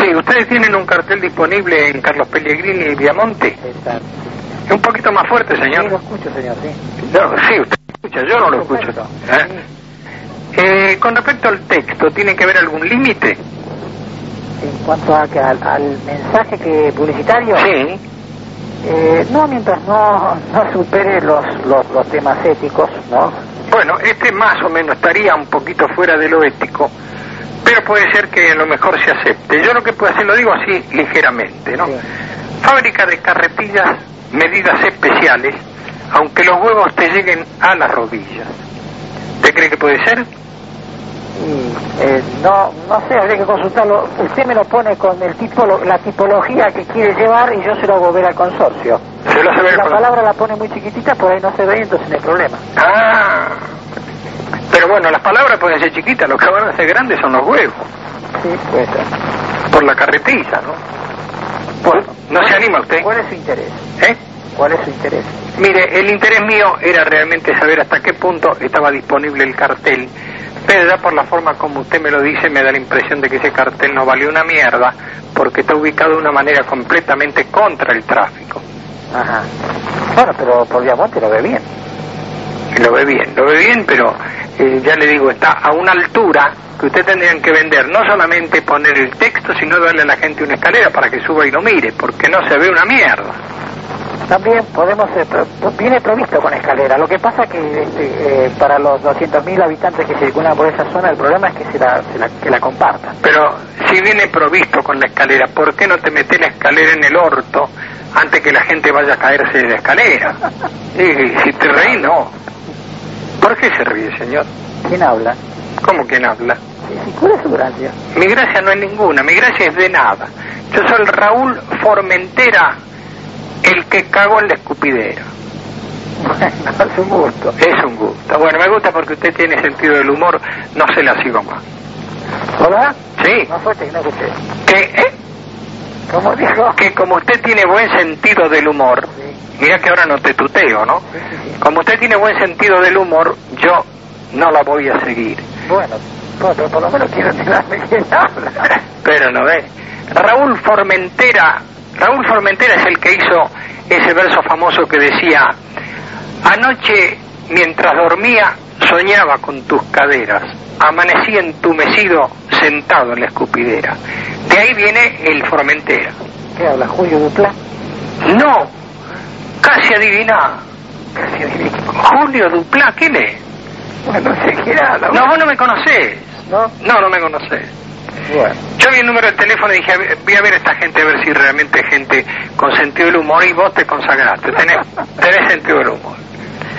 Sí, ustedes tienen un cartel disponible en Carlos Pellegrini y Viamonte. Exacto. Un poquito más fuerte, Sí, lo señor. escucho, señor, sí. No, sí, usted lo escucha, yo no lo Por escucho. supuesto. ¿Eh? Eh, con respecto al texto, ¿tiene que haber algún límite? En cuanto a que al, al mensaje que publicitario, Sí. eh, no, mientras no, no supere los, los, los temas éticos, ¿no? Bueno, este más o menos estaría un poquito fuera de lo ético, pero puede ser que a lo mejor se acepte. Yo lo que puedo hacer, lo digo así ligeramente, ¿no? Sí. Fábrica de carretillas, medidas especiales, aunque los huevos te lleguen a las rodillas. ¿Usted cree que puede ser? Y, eh, no, no sé, habría que consultarlo. Usted me lo pone con el tipo, la tipología que quiere llevar y yo se lo hago ver al consorcio. Se lo hace ver Si la con- palabra la pone muy chiquitita, por ahí no se ve, entonces no hay problema. Ah. Pero bueno, las palabras pueden ser chiquitas, los que van a ser grandes son los huevos, Sí, pues, puede ser. por la carretilla, ¿no? Bueno, ¿No se anima usted? ¿Cuál es su interés? ¿Eh? ¿Cuál es su interés? Mire, el interés mío era realmente saber hasta qué punto estaba disponible el cartel, pero ya por la forma como usted me lo dice me da la impresión de que ese cartel no valió una mierda porque está ubicado de una manera completamente contra el tráfico. Ajá. Bueno, pero por Diamante lo ve bien. Y Lo ve bien, lo ve bien, pero eh, ya le digo, está a una altura que usted tendrían que vender, no solamente poner el texto, sino darle a la gente una escalera para que suba y lo mire, porque no se ve una mierda. También podemos, eh, pro- pro- viene provisto con escalera. Lo que pasa que este, eh, para los 200.000 habitantes que circulan por esa zona, el problema es que se la, se la- que la compartan. Pero si viene provisto con la escalera, ¿por qué no te metes la escalera en el orto antes que la gente vaya a caerse de la escalera? Y si te reí, no. ¿Por qué se ríe, señor? ¿Quién habla? ¿Cómo quien habla? Sí, ¿Cuál es su gracia? Mi gracia no es ninguna, mi gracia es de nada. Yo soy el Raúl Formentera, el que cagó en la escupidera. Bueno, es un gusto. Es un gusto. Bueno, me gusta porque usted tiene sentido del humor, no se la sigo más. ¿Hola? ¿Sí? No fuerte que no escuché. Que, eh, ¿Cómo dijo? que como usted tiene buen sentido del humor, Sí, Mira que ahora no te tuteo, ¿no? sí, sí, sí. Como usted tiene buen sentido del humor, yo no la voy a seguir. Bueno, bueno, pero por lo menos quiero enterarme quién habla. Pero no ve. Raúl Formentera, Raúl Formentera es el que hizo ese verso famoso que decía, anoche mientras dormía soñaba con tus caderas, amanecí entumecido sentado en la escupidera. De ahí viene el Formentera. ¿Qué habla? Julio Duplá. No, casi adivina. Casi adivino. Julio Duplá, ¿quién es? Bueno, no sé quién habla. No, vos no me conocés. ¿No? No, no me conocés. Bueno. Yo vi el número de teléfono y dije, a ver, voy a ver a esta gente a ver si realmente es gente con sentido del humor y vos te consagraste. Tenés, tenés sentido del humor.